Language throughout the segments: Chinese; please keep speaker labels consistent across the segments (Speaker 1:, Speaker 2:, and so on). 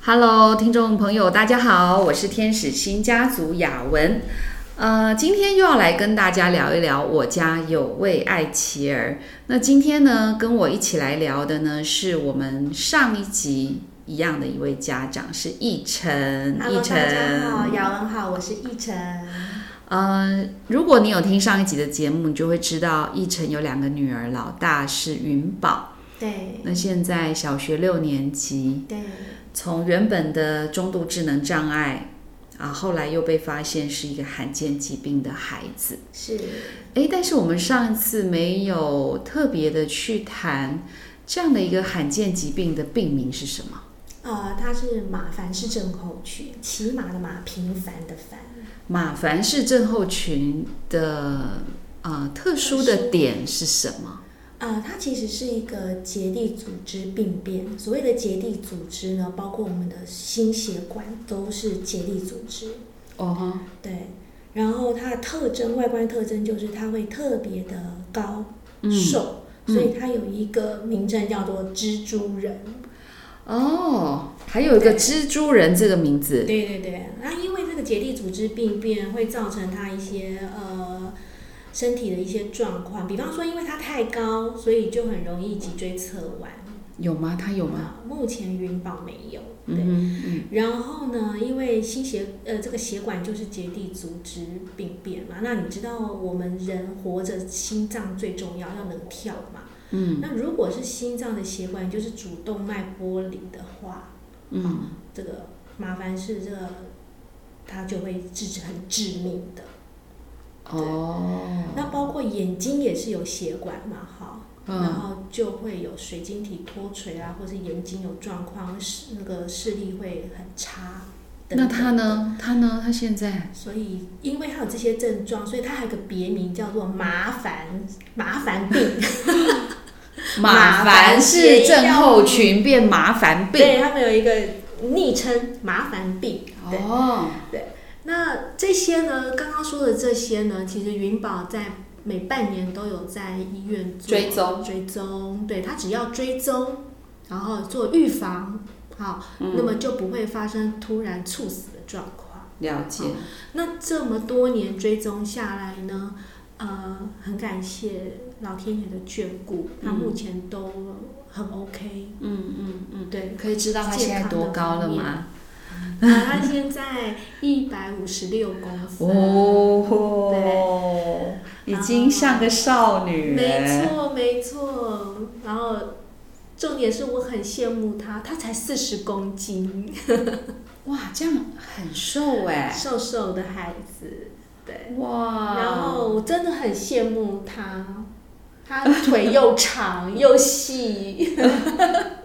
Speaker 1: Hello，听众朋友，大家好，我是天使新家族雅文。呃，今天又要来跟大家聊一聊我家有位爱奇儿。那今天呢，跟我一起来聊的呢，是我们上一集一样的一位家长，是奕晨。
Speaker 2: Hello，
Speaker 1: 奕
Speaker 2: 大家好，
Speaker 1: 晨，
Speaker 2: 雅文好，我是奕晨。
Speaker 1: 呃，如果你有听上一集的节目，你就会知道奕晨有两个女儿，老大是云宝，
Speaker 2: 对
Speaker 1: 那现在小学六年级。
Speaker 2: 对
Speaker 1: 从原本的中度智能障碍啊，后来又被发现是一个罕见疾病的孩子。
Speaker 2: 是，
Speaker 1: 诶，但是我们上一次没有特别的去谈这样的一个罕见疾病的病名是什么？
Speaker 2: 呃，他是马凡氏症候群，骑马的马，平凡的凡。
Speaker 1: 马凡氏症候群的呃特殊的点是什么？
Speaker 2: 呃，它其实是一个结缔组织病变。所谓的结缔组织呢，包括我们的心血管都是结缔组织。
Speaker 1: 哦，
Speaker 2: 对，然后它的特征，外观特征就是它会特别的高、
Speaker 1: 嗯，
Speaker 2: 瘦，所以它有一个名称叫做蜘蛛人。
Speaker 1: 哦，还有一个
Speaker 2: 对
Speaker 1: 蜘蛛人这个名字，
Speaker 2: 对对对，那因为这个结缔组织病变会造成他一些呃身体的一些状况，比方说因为他太高，所以就很容易脊椎侧弯。
Speaker 1: 有吗？他有吗？
Speaker 2: 啊，目前云宝没有。
Speaker 1: 嗯
Speaker 2: 对，
Speaker 1: 哼嗯，
Speaker 2: 然后呢，因为心血呃这个血管就是结缔组织病变嘛，那你知道我们人活着心脏最重要，要能跳嘛。嗯，那如果是心脏的血管就是主动脉剥离的话，
Speaker 1: 嗯，
Speaker 2: 这个麻烦是这个，它就会致很致命的。
Speaker 1: 哦，
Speaker 2: 那包括眼睛也是有血管嘛，哈，然
Speaker 1: 嗯
Speaker 2: 后就会有水晶体脱垂啊，或是眼睛有状况，视那个视力会很差。等
Speaker 1: 那
Speaker 2: 等
Speaker 1: 他？呢？他呢？他现在
Speaker 2: 所以，因为他有这些症状，所以他还有个别名叫做麻烦麻烦病。
Speaker 1: 马 凡
Speaker 2: 马凡
Speaker 1: 氏
Speaker 2: 氏
Speaker 1: 症
Speaker 2: 症
Speaker 1: 候
Speaker 2: 候
Speaker 1: 群变麻烦病
Speaker 2: 对他们有一个昵称“麻烦病”。对，
Speaker 1: 哦，
Speaker 2: 那这些呢？刚刚说的这些呢，其实云宝在每半年都有在医院做
Speaker 1: 追踪
Speaker 2: 追踪，对他只要追踪，然后做预防，好，
Speaker 1: 嗯
Speaker 2: 那么就不会发生突然猝死的状况。
Speaker 1: 了解，
Speaker 2: 那这么多年追踪下来呢，呃，很感谢老天爷的眷顾，他
Speaker 1: 嗯
Speaker 2: 目前都很 OK，、
Speaker 1: 嗯嗯嗯，
Speaker 2: 对。
Speaker 1: 可以知道他现在多高了吗？
Speaker 2: 那他现在一百五十六公
Speaker 1: 嗯
Speaker 2: 分。
Speaker 1: 哦，已经像个少女
Speaker 2: 没
Speaker 1: 了，
Speaker 2: 错，没错。然后重点是我很羡慕他，他才四十公斤，
Speaker 1: 哇，这样很瘦哎，
Speaker 2: 瘦瘦的孩子，对。
Speaker 1: 哇，
Speaker 2: 然后我真的很羡慕他，他腿又长又细，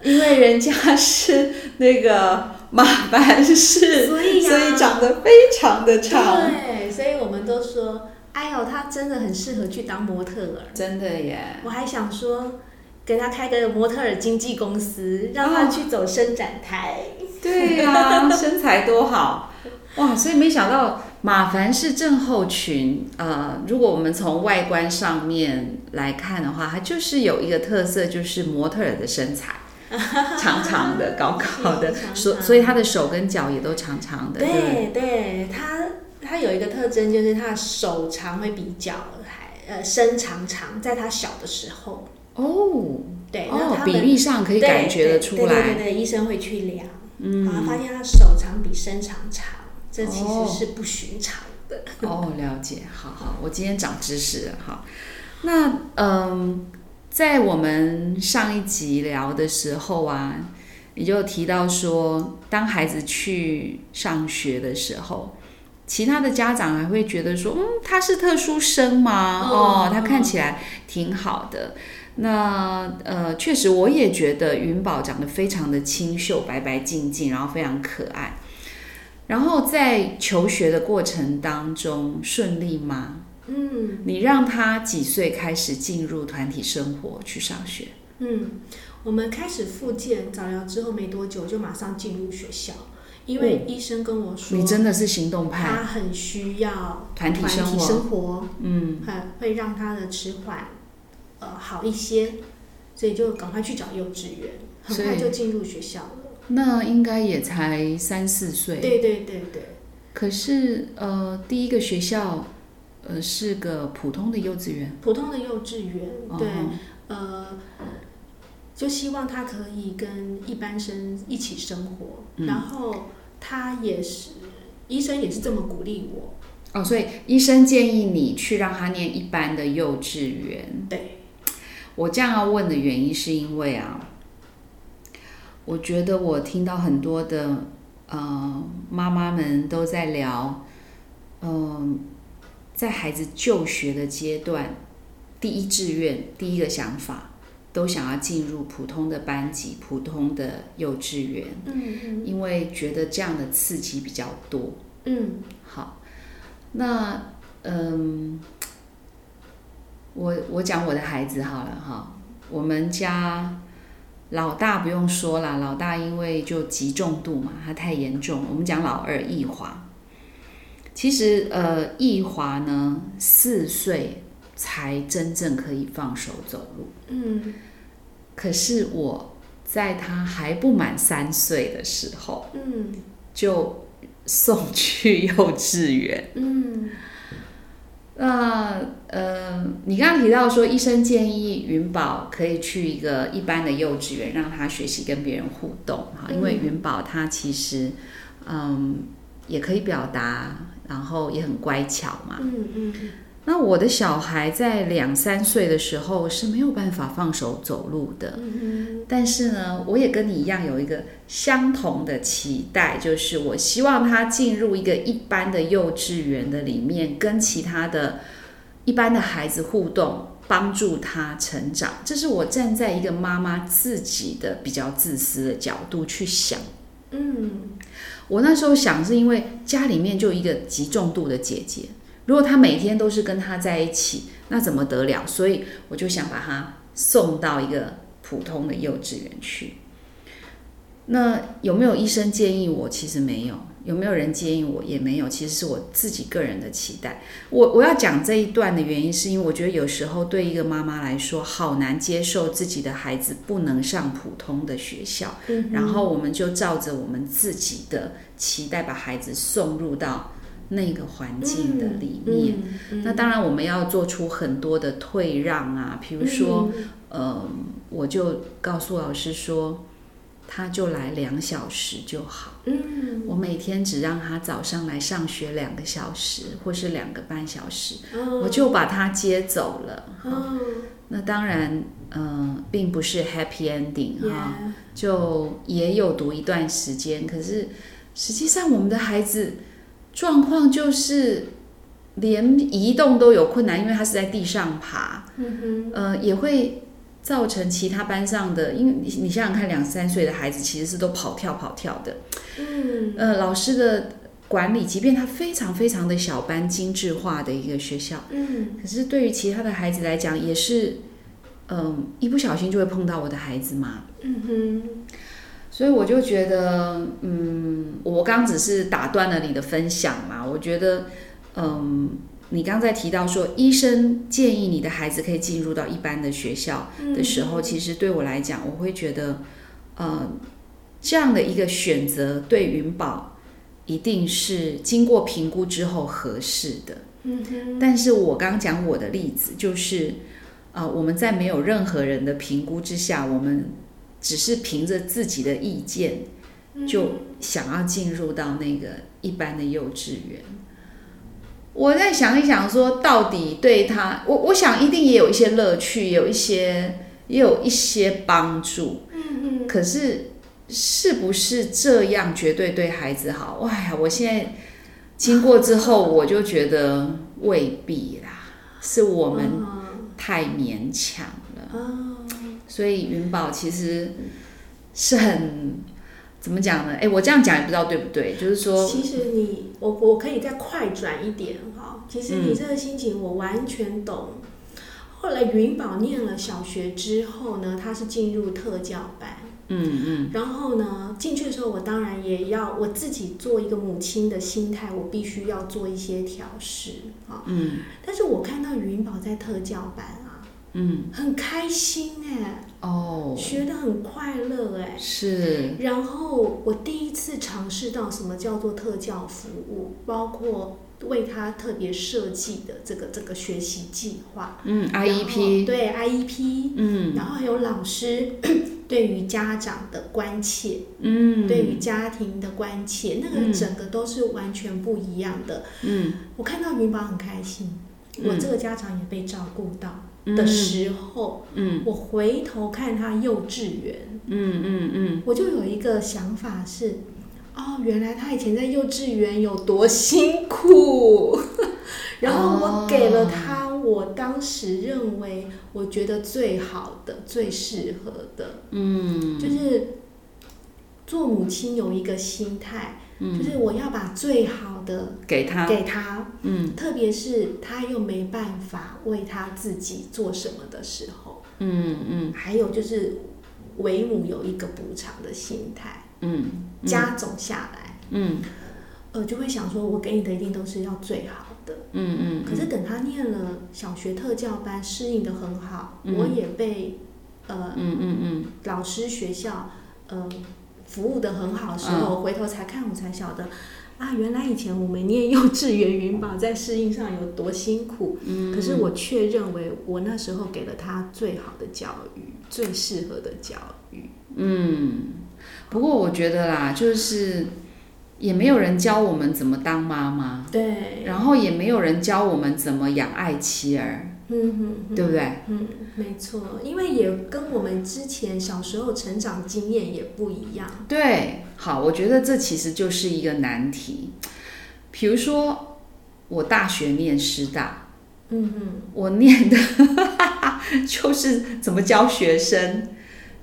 Speaker 1: 因为人家是那个马凡氏，
Speaker 2: 所以呀、啊
Speaker 1: 所以长得非常的长，
Speaker 2: 对，所以我们都说，哎呦，他真的很适合去当模特儿。
Speaker 1: 真的耶。
Speaker 2: 我还想说。给他开个模特儿经纪公司，让他去走伸展台。
Speaker 1: 对呀、身材多好哇！所以没想到马凡氏症候群，呃，如果我们从外观上面来看的话，它就是有一个特色，就是模特儿的身材， 长长的、高高的，
Speaker 2: 是长
Speaker 1: 所
Speaker 2: 长
Speaker 1: 所以他的手跟脚也都长长的，对不对
Speaker 2: 对对，他他有一个特征就是他的手长会比脚还呃伸长长，在他小的时候，
Speaker 1: 哦
Speaker 2: 对，那
Speaker 1: 哦，
Speaker 2: 他
Speaker 1: 比
Speaker 2: 们
Speaker 1: 例上可以
Speaker 2: 对
Speaker 1: 感觉得
Speaker 2: 对
Speaker 1: 出
Speaker 2: 对对
Speaker 1: 来，
Speaker 2: 对对，医生会去量，然后
Speaker 1: 嗯，
Speaker 2: 发现他手长比身长长，这其实
Speaker 1: 哦
Speaker 2: 是不寻常的。
Speaker 1: 哦，了解，好好，我今天长知识了，好。那嗯，在我们上一集聊的时候啊，你就提到说，当孩子去上学的时候，其他的家长还会觉得说，嗯，他是特殊生吗？哦
Speaker 2: 哦，
Speaker 1: 他看起来挺好的。那呃，确实我也觉得云宝长得非常的清秀、白白净净，然后非常可爱。然后在求学的过程当中顺利吗？
Speaker 2: 嗯
Speaker 1: 你让他几岁开始进入团体生活去上学？
Speaker 2: 嗯，我们开始复健早疗之后没多久，就马上进入学校，因为医生跟我说，
Speaker 1: 你真的是行动派，
Speaker 2: 他很需要
Speaker 1: 团体生
Speaker 2: 团体
Speaker 1: 活，
Speaker 2: 生活，
Speaker 1: 嗯，
Speaker 2: 很会让他的迟缓呃好一些，所以就赶快去找幼稚园，很
Speaker 1: 所
Speaker 2: 快
Speaker 1: 以
Speaker 2: 就进入学校了。
Speaker 1: 那应该也才三四岁。
Speaker 2: 对对对对，
Speaker 1: 可是呃，第一个学校呃是个普通的幼稚园，
Speaker 2: 普通的幼稚园，对，
Speaker 1: 哦
Speaker 2: 呃，就希望他可以跟一般生一起生活，
Speaker 1: 嗯
Speaker 2: 然后他也是医生也是这么鼓励我，
Speaker 1: 哦，所以医生建议你去让他念一般的幼稚园。
Speaker 2: 对，
Speaker 1: 我这样要问的原因是因为啊，我觉得我听到很多的呃妈妈们都在聊，嗯、在孩子就学的阶段，第一志愿、第一个想法都想要进入普通的班级、普通的幼稚园，
Speaker 2: 嗯
Speaker 1: 因为觉得这样的刺激比较多。
Speaker 2: 嗯嗯
Speaker 1: 好，那嗯，我我讲我的孩子好了哈，我们家老大不用说啦，老大因为就极重度嘛，他太严重。我们讲老二易华，其实呃，易华呢四岁才真正可以放手走路，
Speaker 2: 嗯
Speaker 1: 可是我在他还不满三岁的时候
Speaker 2: 嗯
Speaker 1: 就送去 幼稚园。
Speaker 2: 嗯，
Speaker 1: 那呃，你刚刚提到说，医生建议云宝可以去一个一般的幼稚园，让他学习跟别人互动哈，
Speaker 2: 嗯
Speaker 1: 因为云宝他其实嗯也可以表达，然后也很乖巧嘛。
Speaker 2: 嗯嗯
Speaker 1: 那我的小孩在两三岁的时候是没有办法放手走路的，
Speaker 2: 嗯
Speaker 1: 但是呢，我也跟你一样有一个相同的期待，就是我希望他进入一个一般的幼稚园的里面，跟其他的一般的孩子互动，帮助他成长。这是我站在一个妈妈自己的比较自私的角度去想。
Speaker 2: 嗯
Speaker 1: 我那时候想，是因为家里面就一个极重度的姐姐，如果她每天都是跟她在一起，那怎么得了？所以我就想把她送到一个普通的幼稚园去。那有没有医生建议我？其实没有，有没有人建议我也没有。其实是我自己个人的期待。我我要讲这一段的原因，是因为我觉得有时候对一个妈妈来说，好难接受自己的孩子不能上普通的学校。
Speaker 2: 嗯，
Speaker 1: 然后我们就照着我们自己的期待，把孩子送入到那个环境的里面。
Speaker 2: 嗯，嗯
Speaker 1: 那当然，我们要做出很多的退让啊，比如说，，
Speaker 2: 嗯
Speaker 1: 呃，我就告诉老师说，他就来两小时就好。
Speaker 2: 嗯
Speaker 1: 我每天只让他早上来上学两个小时，或是两个半小时，
Speaker 2: 嗯，
Speaker 1: 我就把他接走了。哈
Speaker 2: 嗯，
Speaker 1: 那当然，嗯，并不是 happy ending 哈、
Speaker 2: yeah，
Speaker 1: 就也有读一段时间，可是实际上我们的孩子状况就是连移动都有困难，因为他是在地上爬，
Speaker 2: 嗯哼，
Speaker 1: 呃，也会造成其他班上的，因为你你想想看，两三岁的孩子其实是都跑跳跑跳的，
Speaker 2: 嗯
Speaker 1: 呃，老师的管理，即便他非常非常的小班精致化的一个学校，
Speaker 2: 嗯
Speaker 1: 可是对于其他的孩子来讲，也是，嗯、一不小心就会碰到我的孩子嘛，
Speaker 2: 嗯哼，
Speaker 1: 所以我就觉得，嗯，我刚只是打断了你的分享嘛。我觉得，嗯，你刚才提到说，医生建议你的孩子可以进入到一般的学校
Speaker 2: 嗯
Speaker 1: 的时候，其实对我来讲，我会觉得，呃，这样的一个选择对云宝一定是经过评估之后合适的。
Speaker 2: 嗯哼，
Speaker 1: 但是我刚讲我的例子就是，呃，我们在没有任何人的评估之下，我们只是凭着自己的意见就想要进入到那个一般的幼稚园。我再想一想，说到底对他，我我想一定也有一些乐趣，有一些也有一些帮助。
Speaker 2: 嗯嗯，
Speaker 1: 可是是不是这样绝对对孩子好？哎呀，我现在经过之后，我就觉得未必啦，是我
Speaker 2: 嗯
Speaker 1: 们
Speaker 2: 们
Speaker 1: 太勉强了。
Speaker 2: 啊，
Speaker 1: 所以云宝其实是很怎么讲呢？哎，我这样讲也不知道对不对，就是说，
Speaker 2: 其实你，我我可以再快转一点哈。其实你
Speaker 1: 嗯
Speaker 2: 这个心情我完全懂。后来云宝念了小学之后呢，他是进入特教班，
Speaker 1: 嗯嗯
Speaker 2: 然后呢，进去的时候我当然也要我自己做一个母亲的心态，我必须要做一些调试啊。
Speaker 1: 嗯
Speaker 2: 但是我看到云宝在特教班啊，
Speaker 1: 嗯嗯，
Speaker 2: 很开心哎、
Speaker 1: 哦，
Speaker 2: 学得很快乐哎、
Speaker 1: 是，
Speaker 2: 然后我第一次尝试到什么叫做特教服务，包括为他特别设计的这个这个学习计划
Speaker 1: 嗯
Speaker 2: 然后
Speaker 1: ，IEP，
Speaker 2: 对 IEP，
Speaker 1: 嗯
Speaker 2: 然后还有老师 对于家长的关切，
Speaker 1: 嗯，
Speaker 2: 对于家庭的关切，那
Speaker 1: 嗯
Speaker 2: 个整个都是完全不一样的。
Speaker 1: 嗯
Speaker 2: 我看到云宝很开心，
Speaker 1: 嗯
Speaker 2: 我这个家长也被照顾到
Speaker 1: 嗯
Speaker 2: 的时候，
Speaker 1: 嗯
Speaker 2: 我回头看他幼稚园，
Speaker 1: 嗯嗯嗯，
Speaker 2: 我就有一个想法是。哦，原来他以前在幼稚园有多辛苦， 然后
Speaker 1: 哦
Speaker 2: 我给了他我当时认为我觉得最好的、最适合的，嗯，就是做母亲有一个心态，
Speaker 1: 嗯
Speaker 2: 就是我要把最好的
Speaker 1: 给他，
Speaker 2: 给他，
Speaker 1: 嗯
Speaker 2: 特别是他又没办法为他自己做什么的时候，
Speaker 1: 嗯嗯
Speaker 2: 还有就是为母有一个补偿的心态，
Speaker 1: 嗯嗯
Speaker 2: 加总下来，
Speaker 1: 嗯
Speaker 2: 呃，就会想说，我给你的一定都是要最好的。
Speaker 1: 嗯嗯，
Speaker 2: 可是等他念了小学特教班，适应的很好，
Speaker 1: 嗯
Speaker 2: 我也被呃
Speaker 1: 嗯嗯嗯
Speaker 2: 老师学校呃服务的很好的时候，
Speaker 1: 嗯
Speaker 2: 回头才看我才晓得。啊，原来以前我们念幼稚园云宝在适应上有多辛苦，
Speaker 1: 嗯，
Speaker 2: 可是我却认为我那时候给了他最好的教育，最适合的教育。
Speaker 1: 嗯，不过我觉得啦，就是也没有人教我们怎么当妈妈，
Speaker 2: 对，
Speaker 1: 然后也没有人教我们怎么养爱妻儿，
Speaker 2: 嗯嗯
Speaker 1: 对不对？
Speaker 2: 嗯，没错，因为也跟我们之前小时候成长经验也不一样。
Speaker 1: 对，好，我觉得这其实就是一个难题。比如说，我大学念师大，
Speaker 2: 嗯嗯，
Speaker 1: 我念的 就是怎么教学生，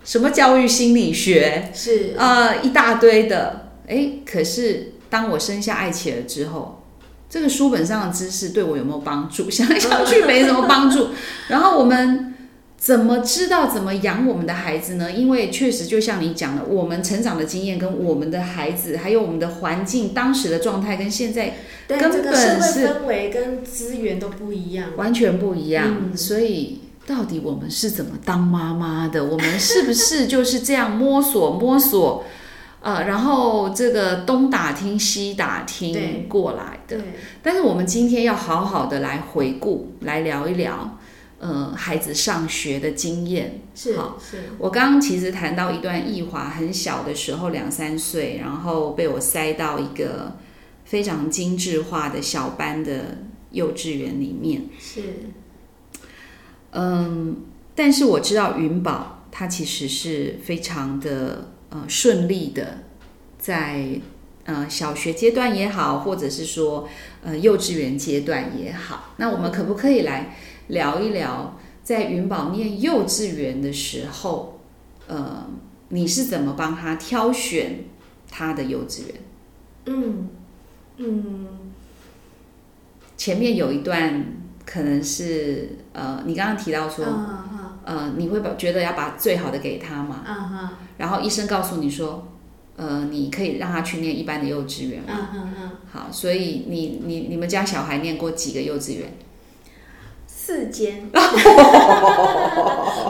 Speaker 1: 什么教育心理学，
Speaker 2: 是，
Speaker 1: 呃，一大堆的。诶，可是当我生下艾琪儿之后，这个书本上的知识对我有没有帮助？ 想来想去没什么帮助。然后我们怎么知道怎么养我们的孩子呢？因为确实就像你讲的，我们成长的经验跟我们的孩子，还有我们的环境、当时的状态跟现在
Speaker 2: 对，
Speaker 1: 根
Speaker 2: 这个
Speaker 1: 本
Speaker 2: 社
Speaker 1: 是
Speaker 2: 会氛围跟资源都不一样。
Speaker 1: 完全不一样。
Speaker 2: 嗯
Speaker 1: 所以到底我们是怎么当妈妈的？我们是不是就是这样摸索摸索？呃，然后这个东打听西打听
Speaker 2: 对
Speaker 1: 过来的
Speaker 2: 对，，
Speaker 1: 但是我们今天要好好的来回顾，来聊一聊，呃，孩子上学的经验。
Speaker 2: 是
Speaker 1: 好
Speaker 2: 是，
Speaker 1: 我刚刚其实谈到一段易华很小的时候，两三岁，然后被我塞到一个非常精致化的小班的幼稚园里面。
Speaker 2: 是，
Speaker 1: 嗯，但是我知道云宝他其实是非常的呃顺利的，在呃小学阶段也好，或者是说呃幼稚园阶段也好，那我们可不可以来聊一聊，在云宝念幼稚园的时候，呃，你是怎么帮他挑选他的幼稚园？
Speaker 2: 嗯嗯，
Speaker 1: 前面有一段可能是呃，你刚刚提到说。
Speaker 2: 啊
Speaker 1: 呃，你会把觉得要把最好的给他嘛
Speaker 2: 哈？啊哈
Speaker 1: 然后医生告诉你说，呃，你可以让他去念一般的幼稚园
Speaker 2: 啊。哈哈，
Speaker 1: 好，所以你你你们家小孩念过几个幼稚园？
Speaker 2: 四 间，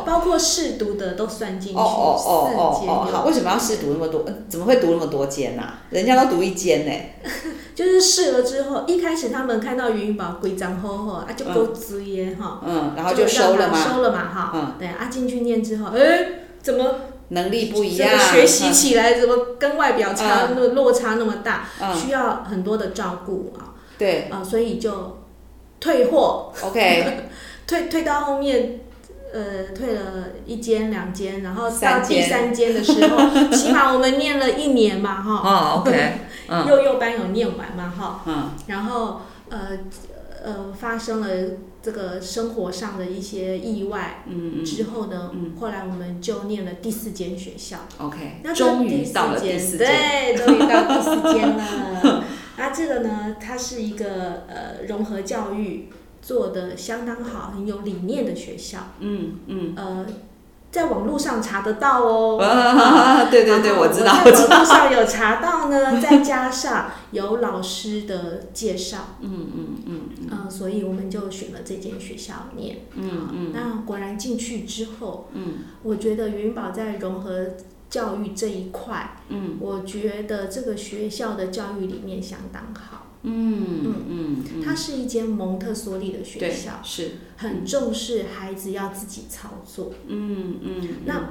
Speaker 2: 包括试读的都算
Speaker 1: 哦
Speaker 2: 进去，四间有
Speaker 1: 好，为什么要试读那么多？呃怎么会读那么多间呐、啊人家都读一间呢、
Speaker 2: 就是试了之后，一开始他们看到云宝规章厚厚啊，就够追耶哈，
Speaker 1: 嗯，然后就收了
Speaker 2: 哦让他
Speaker 1: 嘛，
Speaker 2: 收了嘛哈，
Speaker 1: 嗯
Speaker 2: 对啊，进去念之后，哎，怎么
Speaker 1: 能力不一
Speaker 2: 怎
Speaker 1: 样，
Speaker 2: 么学习起来怎么跟外表差那么落差那么大，
Speaker 1: 嗯，
Speaker 2: 需要很多的照顾啊
Speaker 1: 对
Speaker 2: 啊，所以就退货，
Speaker 1: ，OK，
Speaker 2: 退退到后面。呃，退了一间两间，然后到
Speaker 1: 三
Speaker 2: 第
Speaker 1: 间
Speaker 2: 三间的时候， 起码我们念了一年嘛，哈，
Speaker 1: 哦，OK，嗯
Speaker 2: 幼幼班有念完嘛，哈，
Speaker 1: 嗯
Speaker 2: 然后呃呃发生了这个生活上的一些意外
Speaker 1: 嗯嗯
Speaker 2: 之后呢，后来我们就念了第四间学校，
Speaker 1: ，OK，
Speaker 2: 那这
Speaker 1: 终于到了
Speaker 2: 第
Speaker 1: 第
Speaker 2: 四
Speaker 1: 四
Speaker 2: 间，
Speaker 1: 间，
Speaker 2: 对，终于到第四间了。 那这个呢，它是一个呃融合教育做的相当好、很有理念的学校，
Speaker 1: 嗯嗯
Speaker 2: 呃。在网络上查得到哦。
Speaker 1: 啊， 对对对，
Speaker 2: 然后
Speaker 1: 我知道，
Speaker 2: 哦
Speaker 1: 我
Speaker 2: 我在
Speaker 1: 知
Speaker 2: 网
Speaker 1: 道
Speaker 2: 络。上有查 到呢，再加上有老师的介绍，嗯嗯嗯，呃，所以我们就选了这间学校念。嗯嗯，那果然进去之后，嗯，我觉得云宝在融合教育这一块，嗯，我觉得这个学校的教育理念相当好。
Speaker 1: 嗯嗯，
Speaker 2: 它是一间蒙特梭利的学
Speaker 1: 对
Speaker 2: 校，，
Speaker 1: 是，
Speaker 2: 很重视孩子要自己操作。
Speaker 1: 嗯嗯，
Speaker 2: 那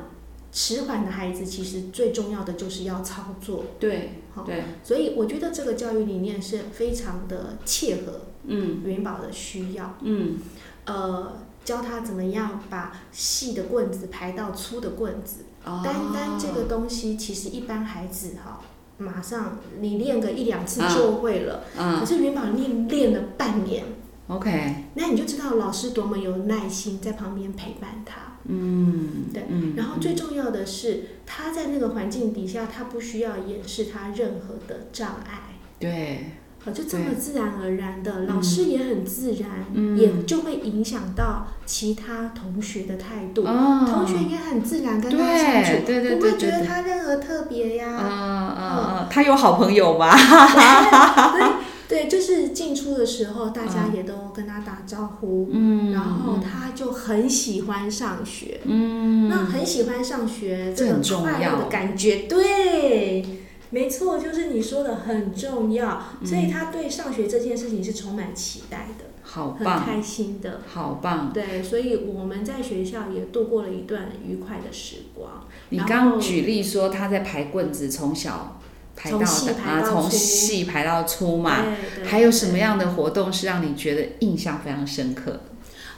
Speaker 2: 迟缓的孩子其实最重要的就是要操作。
Speaker 1: 对
Speaker 2: 好
Speaker 1: 对，
Speaker 2: 所以我觉得这个教育理念是非常的切合
Speaker 1: 嗯
Speaker 2: 元宝的需要，
Speaker 1: 嗯
Speaker 2: 呃，教他怎么样把细的棍子排到粗的棍子。
Speaker 1: 哦，
Speaker 2: 单单这个东西，其实一般孩子哈、马上你练个一两次就会了。可
Speaker 1: 嗯
Speaker 2: 是元宝练练了半年，
Speaker 1: ，OK，
Speaker 2: 那你就知道老师多么有耐心在旁边陪伴他。
Speaker 1: 嗯，
Speaker 2: 对
Speaker 1: 嗯，
Speaker 2: 然后最重要的是，他在那个环境底下，他不需要掩饰他任何的障碍。
Speaker 1: 对，
Speaker 2: 好，就这么
Speaker 1: 对
Speaker 2: 自然而然的，老师也很自然，
Speaker 1: 嗯
Speaker 2: 也就会影响到其他同学的态度，
Speaker 1: 哦，
Speaker 2: 同学也很自然跟他相
Speaker 1: 对
Speaker 2: 处，
Speaker 1: 对对
Speaker 2: 不
Speaker 1: 对
Speaker 2: 会觉
Speaker 1: 对
Speaker 2: 得
Speaker 1: 对，
Speaker 2: 他任何特别呀。
Speaker 1: 嗯嗯嗯，他有好朋友吗？
Speaker 2: 对，就是进出的时候，大家也都跟他打招呼，
Speaker 1: 嗯，
Speaker 2: 然后他就很喜欢上学。
Speaker 1: 嗯，
Speaker 2: 那很喜欢上学，
Speaker 1: 这
Speaker 2: 个
Speaker 1: 很重
Speaker 2: 快乐
Speaker 1: 要
Speaker 2: 的感觉，对，没错，就是你说的很重要，
Speaker 1: 嗯
Speaker 2: 所以他对上学这件事情是充满期待的。
Speaker 1: 好
Speaker 2: 很
Speaker 1: 棒，嗯
Speaker 2: 开心的。
Speaker 1: 好棒。
Speaker 2: 对，所以我们在学校也度过了一段愉快的时光。
Speaker 1: 你
Speaker 2: 然
Speaker 1: 刚
Speaker 2: 后
Speaker 1: 举例说他在排棍子，从小排到
Speaker 2: 从细
Speaker 1: 大
Speaker 2: 排
Speaker 1: 啊，
Speaker 2: 到粗
Speaker 1: 从细排到粗嘛。
Speaker 2: 对对
Speaker 1: 还有什么样的活动是让你觉得印象非常深刻？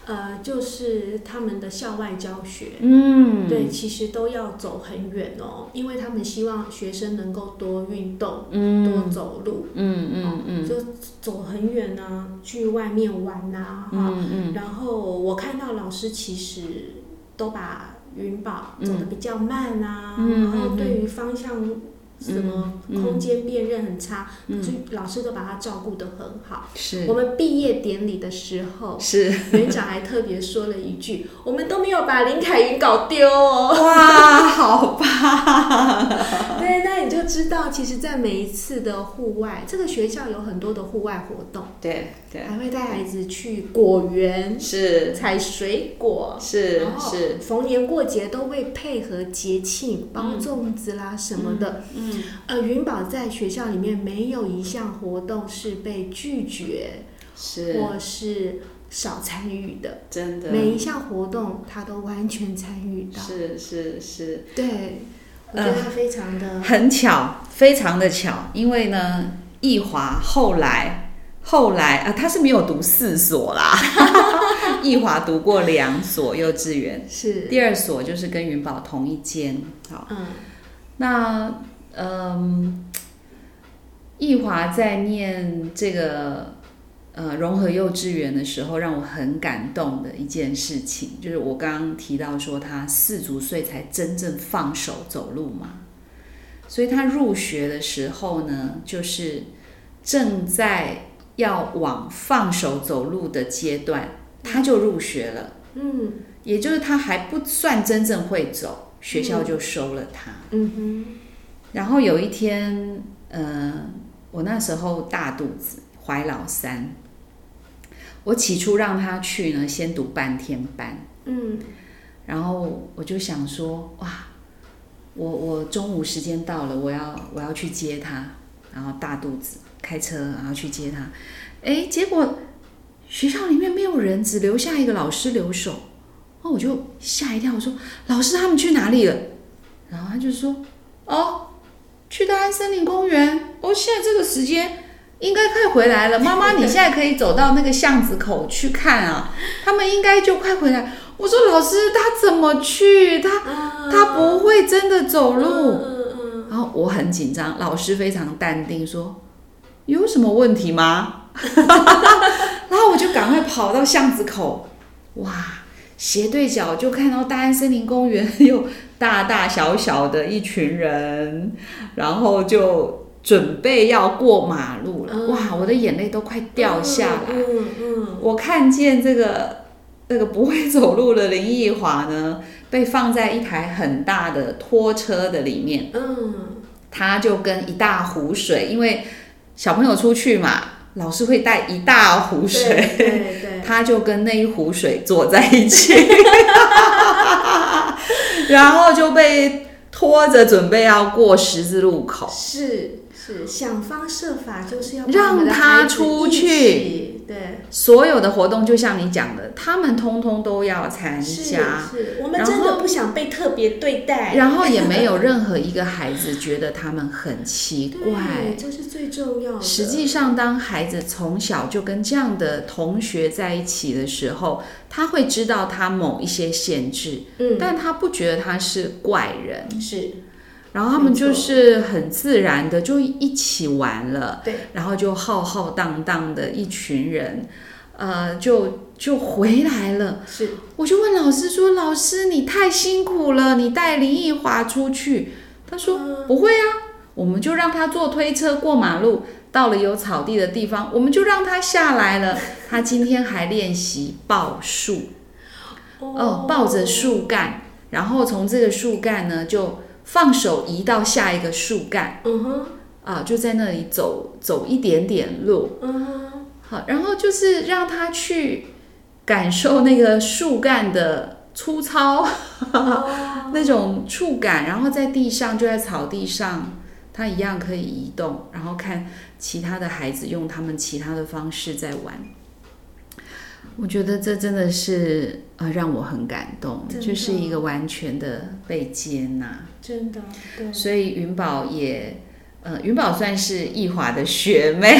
Speaker 2: 呃，就是他们的校外教学，
Speaker 1: 嗯，
Speaker 2: 对，其实都要走很远哦，因为他们希望学生能够多运动、多
Speaker 1: 嗯，
Speaker 2: 走路，
Speaker 1: 嗯嗯
Speaker 2: 嗯，就走很远啊，去外面玩呐、啊，哈、
Speaker 1: 嗯
Speaker 2: 然后我看到老师其实都把云宝走的比较慢啊，
Speaker 1: 嗯
Speaker 2: 然后
Speaker 1: 嗯
Speaker 2: 对于方向什么
Speaker 1: 嗯
Speaker 2: 空间辨认很差，
Speaker 1: 嗯
Speaker 2: 可是老师都把他照顾得很好。
Speaker 1: 是
Speaker 2: 我们毕业典礼的时候，
Speaker 1: 是，
Speaker 2: 园长还特别说了一句：“我们都没有把林凯云搞丢哦。
Speaker 1: 哇，好棒！”
Speaker 2: 对，那你就知道，其实，在每一次的户外，这个学校有很多的户外活动，
Speaker 1: 对对，
Speaker 2: 还会带孩子去果园
Speaker 1: 是
Speaker 2: 采水果，
Speaker 1: 是
Speaker 2: 然后
Speaker 1: 是，
Speaker 2: 逢年过节都会配合节庆包粽子啦什么的。
Speaker 1: 嗯，
Speaker 2: 呃，云宝在学校里面没有一项活动是被拒绝
Speaker 1: 是
Speaker 2: 或是少参与的，
Speaker 1: 真的，
Speaker 2: 每一项活动他都完全参与到。
Speaker 1: 是嗯是是，
Speaker 2: 对，我觉得他非常的、
Speaker 1: 很巧，非常的巧，因为呢，易华后来后来啊，他是没有读四所啦， 易华读过两所幼稚园，
Speaker 2: 是，
Speaker 1: 第二所 就是跟云宝同一间，好。
Speaker 2: 嗯，
Speaker 1: 那嗯，易华在念这个呃融合幼稚园的时候，让我很感动的一件事情，就是我刚刚提到说他四足岁才真正放手走路嘛，所以他入学的时候呢，就是正在要往放手走路的阶段，他就入学了，
Speaker 2: 嗯
Speaker 1: 也就是他还不算真正会走，学校就收了他。
Speaker 2: 嗯
Speaker 1: 然后有一天，呃，我那时候大肚子，怀老三。我起初让他去呢，先读半天班，
Speaker 2: 哼，嗯
Speaker 1: 然后我就想说，哇，我我中午时间到了，我要我要去接他，然后大肚子开车，然后去接他。哎，结果学校里面没有人，只留下一个老师留守。哦，我就吓一跳，我说老师他们去哪里了？然后他就说，哦，去大安森林公园。哦，现在这个时间。应该快回来了，妈妈，你现在可以走到那个巷子口去看啊，他们应该就快回来。我说老师，他怎么去？他
Speaker 2: 啊
Speaker 1: 他不会真的走路。
Speaker 2: 嗯嗯
Speaker 1: 然后我很紧张，老师非常淡定说：“有什么问题吗？” 然后我就赶快跑到巷子口，哇，斜对角就看到大安森林公园有大大小小的一群人，然后就准备要过马路了，
Speaker 2: 嗯
Speaker 1: 嗯哇，我的眼泪都快掉下来。
Speaker 2: 嗯嗯
Speaker 1: 我看见这个那个不会走路的林奕华呢，被放在一台很大的拖车的里面，
Speaker 2: 嗯，
Speaker 1: 他就跟一大壶水，因为小朋友出去嘛，老师会带一大壶水，
Speaker 2: 对对对，
Speaker 1: 他就跟那一壶水坐在一起， 然后就被拖着准备要过十字路口。
Speaker 2: 是是，想方设法就是要
Speaker 1: 让他
Speaker 2: 他
Speaker 1: 出去，
Speaker 2: 对，
Speaker 1: 所有的活动就像你讲的，他们通通都要参
Speaker 2: 是
Speaker 1: 加，
Speaker 2: 是，我们
Speaker 1: 然
Speaker 2: 真
Speaker 1: 后
Speaker 2: 的不想被特别对待，
Speaker 1: 然后也没有任何一个孩子觉得他们很奇怪
Speaker 2: 嗯对，。这是最重要的。
Speaker 1: 实际上，当孩子从小就跟这样的同学在一起的时候，他会知道他某一些限制，
Speaker 2: 嗯，
Speaker 1: 但他不觉得他是怪人，
Speaker 2: 是
Speaker 1: 然后他们
Speaker 2: 没错
Speaker 1: 就是很自然的就一起玩了，
Speaker 2: 对，
Speaker 1: 然后就浩浩荡荡的一群人，呃，就就回来了。
Speaker 2: 是，
Speaker 1: 我就问老师说：“老师，你太辛苦了，你带林奕华出去。”他说：“
Speaker 2: 嗯
Speaker 1: 不会啊，我们就让他坐推车过马路，到了有草地的地方，我们就让他下来了。他今天还练习抱树。”哦，抱着树干，然后从这个树干呢就放手移到下一个树干
Speaker 2: 嗯哼，
Speaker 1: 啊，就在那里走走一点点路，
Speaker 2: 嗯哼，
Speaker 1: 好，然后就是让他去感受那个树干的粗糙
Speaker 2: 哦
Speaker 1: 那种触感，然后在地上就在草地上。他一样可以移动，然后看其他的孩子用他们其他的方式在玩。我觉得这真的是呃让我很感动，
Speaker 2: 真的
Speaker 1: 就是一个完全的被接纳。
Speaker 2: 真的，对，
Speaker 1: 所以云宝也，呃，云宝算是易华的学妹，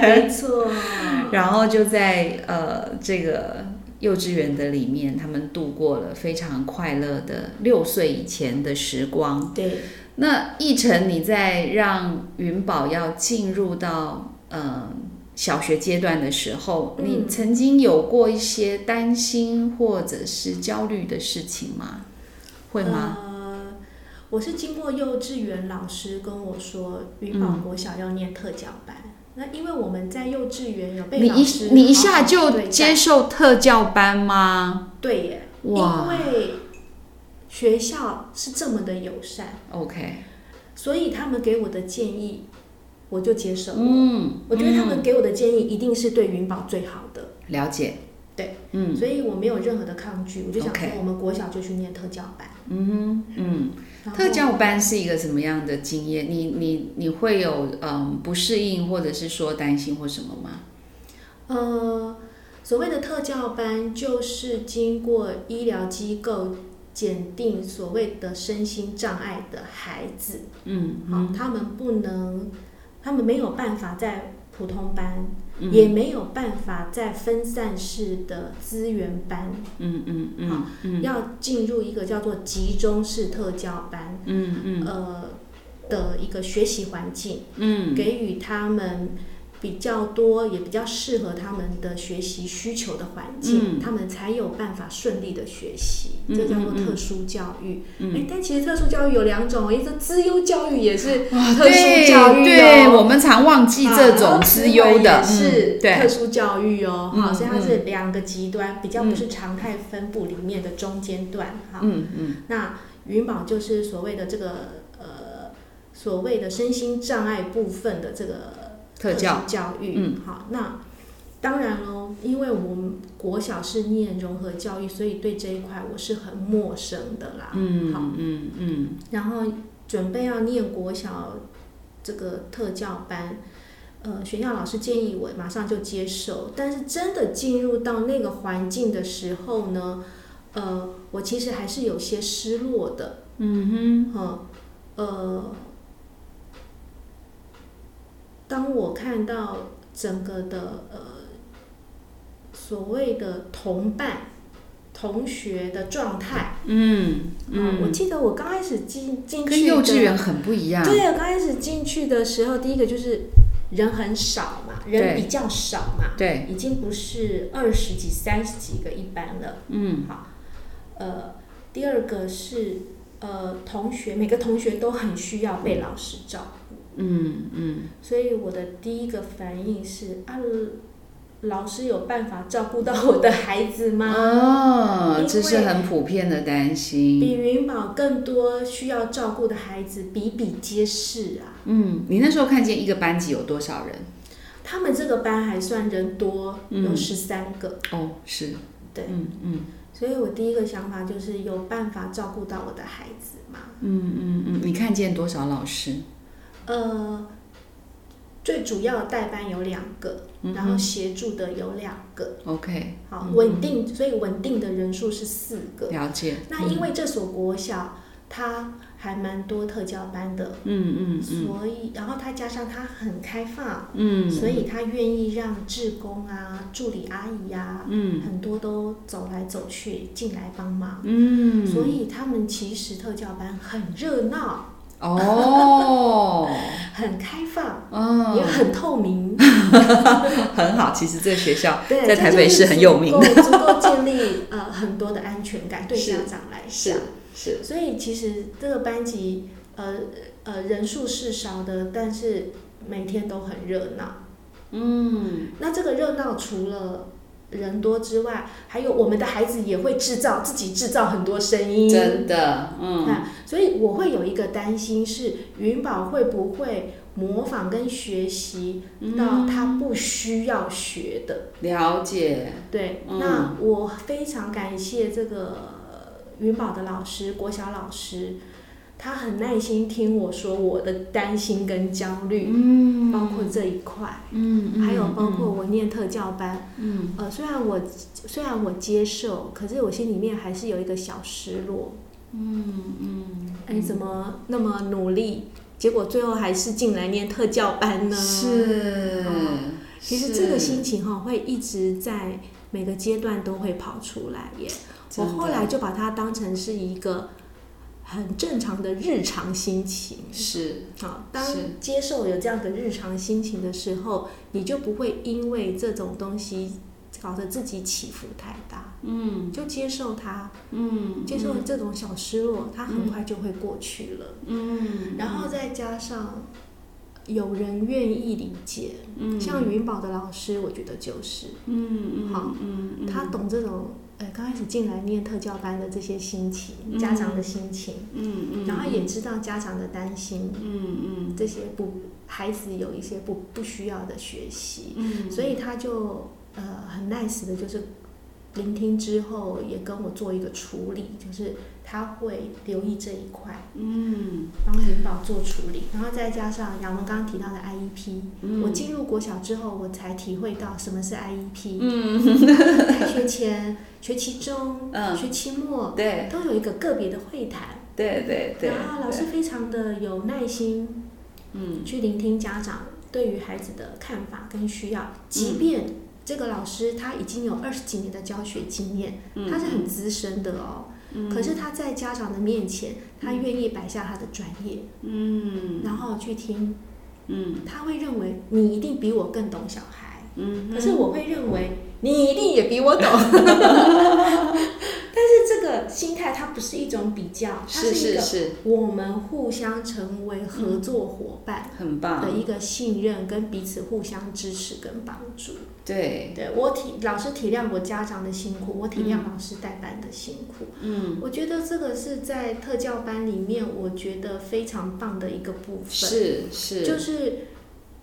Speaker 2: 没错，嗯
Speaker 1: 然后就在呃这个幼稚园的里面，他们度过了非常快乐的六岁以前的时光。
Speaker 2: 对，
Speaker 1: 那奕晨，你在让云宝要进入到呃小学阶段的时候，
Speaker 2: 嗯
Speaker 1: 你曾经有过一些担心或者是焦虑的事情吗？ 会吗？
Speaker 2: 呃，我是经过幼稚园老师跟我说，云宝国小要念特教班。那因为我们在幼稚园有被
Speaker 1: 你
Speaker 2: 呃老
Speaker 1: 一
Speaker 2: 师
Speaker 1: 你一
Speaker 2: 好好
Speaker 1: 下就
Speaker 2: 对待
Speaker 1: 接受特教班吗？
Speaker 2: 对耶，因
Speaker 1: 哇
Speaker 2: 为学校是这么的友善，
Speaker 1: ，OK，
Speaker 2: 所以他们给我的建议我就接受了。
Speaker 1: 嗯，
Speaker 2: 我觉得他们给我的建议一定是对云宝最好的，
Speaker 1: 了解，
Speaker 2: 对，
Speaker 1: 嗯
Speaker 2: 所以我没有任何的抗拒，我就想
Speaker 1: OK
Speaker 2: 说我们国小就去念特教班。
Speaker 1: 嗯哼，嗯。
Speaker 2: 然后
Speaker 1: 特教班是一个什么样的经验？你你你会有嗯不适应，或者是说担心或什么吗？
Speaker 2: 呃，所谓的特教班就是经过医疗机构检定所谓的身心障碍的孩子，
Speaker 1: 嗯，
Speaker 2: 好、他们不能，他们没有办法在普通班，
Speaker 1: 嗯
Speaker 2: 也没有办法在分散式的资源班，
Speaker 1: 嗯嗯嗯嗯
Speaker 2: 要进入一个叫做集中式特教班，
Speaker 1: 嗯嗯
Speaker 2: 呃的一个学习环境。
Speaker 1: 嗯
Speaker 2: 给予他们比较多，也比较适合他们的学习需求的环境，
Speaker 1: 嗯
Speaker 2: 他们才有办法顺利的学习。
Speaker 1: 嗯
Speaker 2: 这叫做
Speaker 1: 嗯嗯
Speaker 2: 特殊教育。哎、
Speaker 1: 嗯
Speaker 2: 但其实特殊教育有两种，一个资优教育也是
Speaker 1: 哇
Speaker 2: 特殊教育哦。
Speaker 1: 对，对我们常忘记这种资优的，
Speaker 2: 啊是
Speaker 1: 嗯
Speaker 2: 特
Speaker 1: 对，
Speaker 2: 殊教育哦，
Speaker 1: 嗯
Speaker 2: 哈、所以它
Speaker 1: 嗯
Speaker 2: 是两个极端，比较不是常态分布里面的中间段哈。
Speaker 1: 嗯嗯
Speaker 2: 那云宝就是所谓的这个呃，所谓的身心障碍部分的这个
Speaker 1: 特教
Speaker 2: 殊教育。
Speaker 1: 嗯，
Speaker 2: 好，那当然喽，因为我们国小是念融合教育，所以对这一块我是很陌生的啦。好，
Speaker 1: 嗯嗯嗯
Speaker 2: 然后准备要念国小这个特教班，呃，学校老师建议我马上就接受，但是真的进入到那个环境的时候呢，呃，我其实还是有些失落的，
Speaker 1: 嗯
Speaker 2: 嗯，呃，当我看到整个的呃所谓的同伴、同学的状态
Speaker 1: 哼，，嗯
Speaker 2: 嗯，我
Speaker 1: 嗯，
Speaker 2: 记得我刚开始进进去
Speaker 1: 跟幼稚
Speaker 2: 的
Speaker 1: 园很不一样，
Speaker 2: 对，刚开始进去的时候，第一个就是人很少嘛，人比较少嘛，
Speaker 1: 对，
Speaker 2: 已经不是二十几、三十几个一班了。
Speaker 1: 嗯
Speaker 2: 好，呃，第二个是呃，同学每个同学都很需要被老师照顾，
Speaker 1: 嗯嗯
Speaker 2: 所以我的第一个反应是啊，老师有办法照顾到我的孩子吗？
Speaker 1: 哦
Speaker 2: 因，
Speaker 1: 这是
Speaker 2: 为
Speaker 1: 很普遍的担心。
Speaker 2: 比云宝更多需要照顾的孩子比比皆是啊。
Speaker 1: 嗯，你那时候看见一个班级有多少人？
Speaker 2: 他们这个班还算人多，
Speaker 1: 嗯
Speaker 2: 有十三个，
Speaker 1: 哦，是，
Speaker 2: 对
Speaker 1: 嗯嗯
Speaker 2: 所以我第一个想法就是有办法照顾到我的孩子嘛。
Speaker 1: 嗯嗯嗯，你看见多少老师？
Speaker 2: 呃，最主要的代班有两个，
Speaker 1: 嗯
Speaker 2: 然后协助的有两个，
Speaker 1: OK，
Speaker 2: 好，稳定，所以稳定的人数是四个。
Speaker 1: 了解。
Speaker 2: 那因为这所国小它还蛮多特教班的，
Speaker 1: 嗯嗯嗯
Speaker 2: 所以然后它加上它很开放，
Speaker 1: 嗯，
Speaker 2: 所以它愿意让志工啊、助理阿姨啊，
Speaker 1: 嗯
Speaker 2: 很多都走来走去进来帮忙。
Speaker 1: 嗯，
Speaker 2: 所以他们其实特教班很热闹，
Speaker 1: 哦，
Speaker 2: 很开放，
Speaker 1: 嗯，
Speaker 2: 也 很透明。
Speaker 1: 很好。其实这个学校
Speaker 2: 对，
Speaker 1: 在
Speaker 2: 这
Speaker 1: 台
Speaker 2: 就
Speaker 1: 北是很有名
Speaker 2: 足够足够建立呃很多的安全感，对
Speaker 1: 是
Speaker 2: 家长来
Speaker 1: 是
Speaker 2: 讲。
Speaker 1: 是，
Speaker 2: 所以其实这个班级呃呃人数是少的，但是每天都很热闹。
Speaker 1: 嗯，
Speaker 2: 那这个热闹除了人多之外，还有我们的孩子也会制造自己制造很多声音，
Speaker 1: 真的，嗯，
Speaker 2: 那所以我会有一个担心是，云宝会不会模仿跟学习
Speaker 1: 嗯
Speaker 2: 到他不需要学的？
Speaker 1: 了解，
Speaker 2: 对，
Speaker 1: 嗯
Speaker 2: 那我非常感谢这个云宝的老师，国小老师，他很耐心听我说我的担心跟焦虑，
Speaker 1: 嗯
Speaker 2: 包括这一块。
Speaker 1: 嗯，
Speaker 2: 还有包括我念特教班，
Speaker 1: 嗯，
Speaker 2: 呃，虽然我虽然我接受，可是我心里面还是有一个小失落。嗯嗯，哎，怎么那么努力，结果最后还是进来念特教班呢？，
Speaker 1: 是
Speaker 2: 哦，嗯其实这
Speaker 1: 是
Speaker 2: 个心情哈、会一直在每个阶段都会跑出来耶。我
Speaker 1: 真的
Speaker 2: 后来就把它当成是一个很正常的日常心情。
Speaker 1: 是
Speaker 2: 好，当
Speaker 1: 是
Speaker 2: 接受有这样的日常心情的时候，你就不会因为这种东西搞得自己起伏太大。嗯，就接受它，
Speaker 1: 嗯
Speaker 2: 接受这种小失落，它很快就会过去了。
Speaker 1: 嗯
Speaker 2: 然后再加上有人愿意理解，
Speaker 1: 嗯
Speaker 2: 像云宝的老师，我觉得就是
Speaker 1: 嗯
Speaker 2: 好
Speaker 1: 嗯嗯
Speaker 2: 他懂这种。呃，刚开始进来念特教班的这些心情，
Speaker 1: 嗯
Speaker 2: 家长的心情，
Speaker 1: 嗯嗯，
Speaker 2: 然后也知道家长的担心，
Speaker 1: 嗯嗯
Speaker 2: 这些不孩子有一些不不需要的学习，
Speaker 1: 嗯，
Speaker 2: 所以他就呃很 nice 的，就是聆听之后也跟我做一个处理，就是他会留意这一块，
Speaker 1: 嗯
Speaker 2: 帮元宝做处理，然后再加上杨文刚刚提到的 IEP，、
Speaker 1: 嗯
Speaker 2: 我进入国小之后，我才体会到什么是 IEP，、
Speaker 1: 嗯
Speaker 2: 开学前、学期中、
Speaker 1: 嗯
Speaker 2: 学期末
Speaker 1: 对
Speaker 2: 都有一个个别的会谈，
Speaker 1: 对对对，
Speaker 2: 然后啊老师非常的有耐心，
Speaker 1: 嗯
Speaker 2: 去聆听家长对于孩子的看法跟需要，即便
Speaker 1: 嗯
Speaker 2: 这个老师他已经有二十几年的教学经验，
Speaker 1: 嗯
Speaker 2: 他是很资深的哦。可是他在家长的面前，他愿意摆下他的专业，
Speaker 1: 嗯
Speaker 2: 然后去听，
Speaker 1: 嗯
Speaker 2: 他会认为你一定比我更懂小孩，
Speaker 1: 嗯，
Speaker 2: 可是我会认为你一定也 比我懂。但是这个心态，它不是一种比较，它
Speaker 1: 是
Speaker 2: 一
Speaker 1: 是
Speaker 2: 个
Speaker 1: 是，
Speaker 2: 我们互相成为合作伙伴。
Speaker 1: 很
Speaker 2: 的
Speaker 1: 棒，
Speaker 2: 一个信任跟彼此互相支持跟帮助。
Speaker 1: 对，
Speaker 2: 对我体老师体谅我家长的辛苦，我体谅老师代班的辛苦。
Speaker 1: 嗯
Speaker 2: 我觉得这个是在特教班里面，我觉得非常棒的一个部分，
Speaker 1: 是是，
Speaker 2: 就是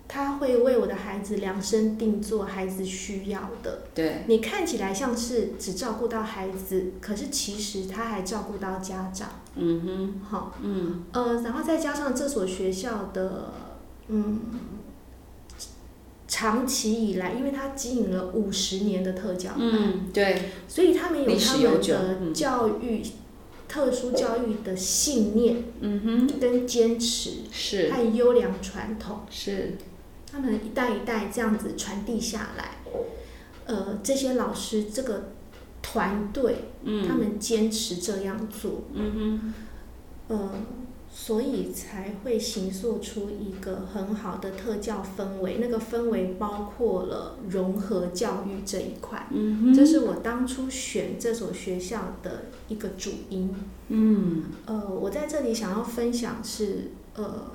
Speaker 2: 他会为我的孩子量身定做孩子需要的。
Speaker 1: 对，
Speaker 2: 你看起来像是只照顾到孩子，可是其实他还照顾到家长。
Speaker 1: 嗯哼，
Speaker 2: 好，
Speaker 1: 嗯
Speaker 2: 呃，然后再加上这所学校的，嗯，长期以来，因为它经营了五十年的特教班，
Speaker 1: 嗯，对，
Speaker 2: 所以他们有
Speaker 1: 历史
Speaker 2: 他
Speaker 1: 悠
Speaker 2: 们
Speaker 1: 久
Speaker 2: 的
Speaker 1: 嗯
Speaker 2: 教育、特殊教育的信念
Speaker 1: 嗯哼，
Speaker 2: 跟坚持
Speaker 1: 是
Speaker 2: 和优良传统，
Speaker 1: 是，
Speaker 2: 他们一代一代这样子传递下来，呃，这些老师这个团队，他
Speaker 1: 嗯
Speaker 2: 们坚持这样做，
Speaker 1: 嗯
Speaker 2: 呃，所以才会形塑出一个很好的特教氛围。那个氛围包括了融合教育这一块
Speaker 1: 哼，，嗯哼，
Speaker 2: 这是我当初选这所学校的一个主因。
Speaker 1: 嗯
Speaker 2: 呃，我在这里想要分享是，呃，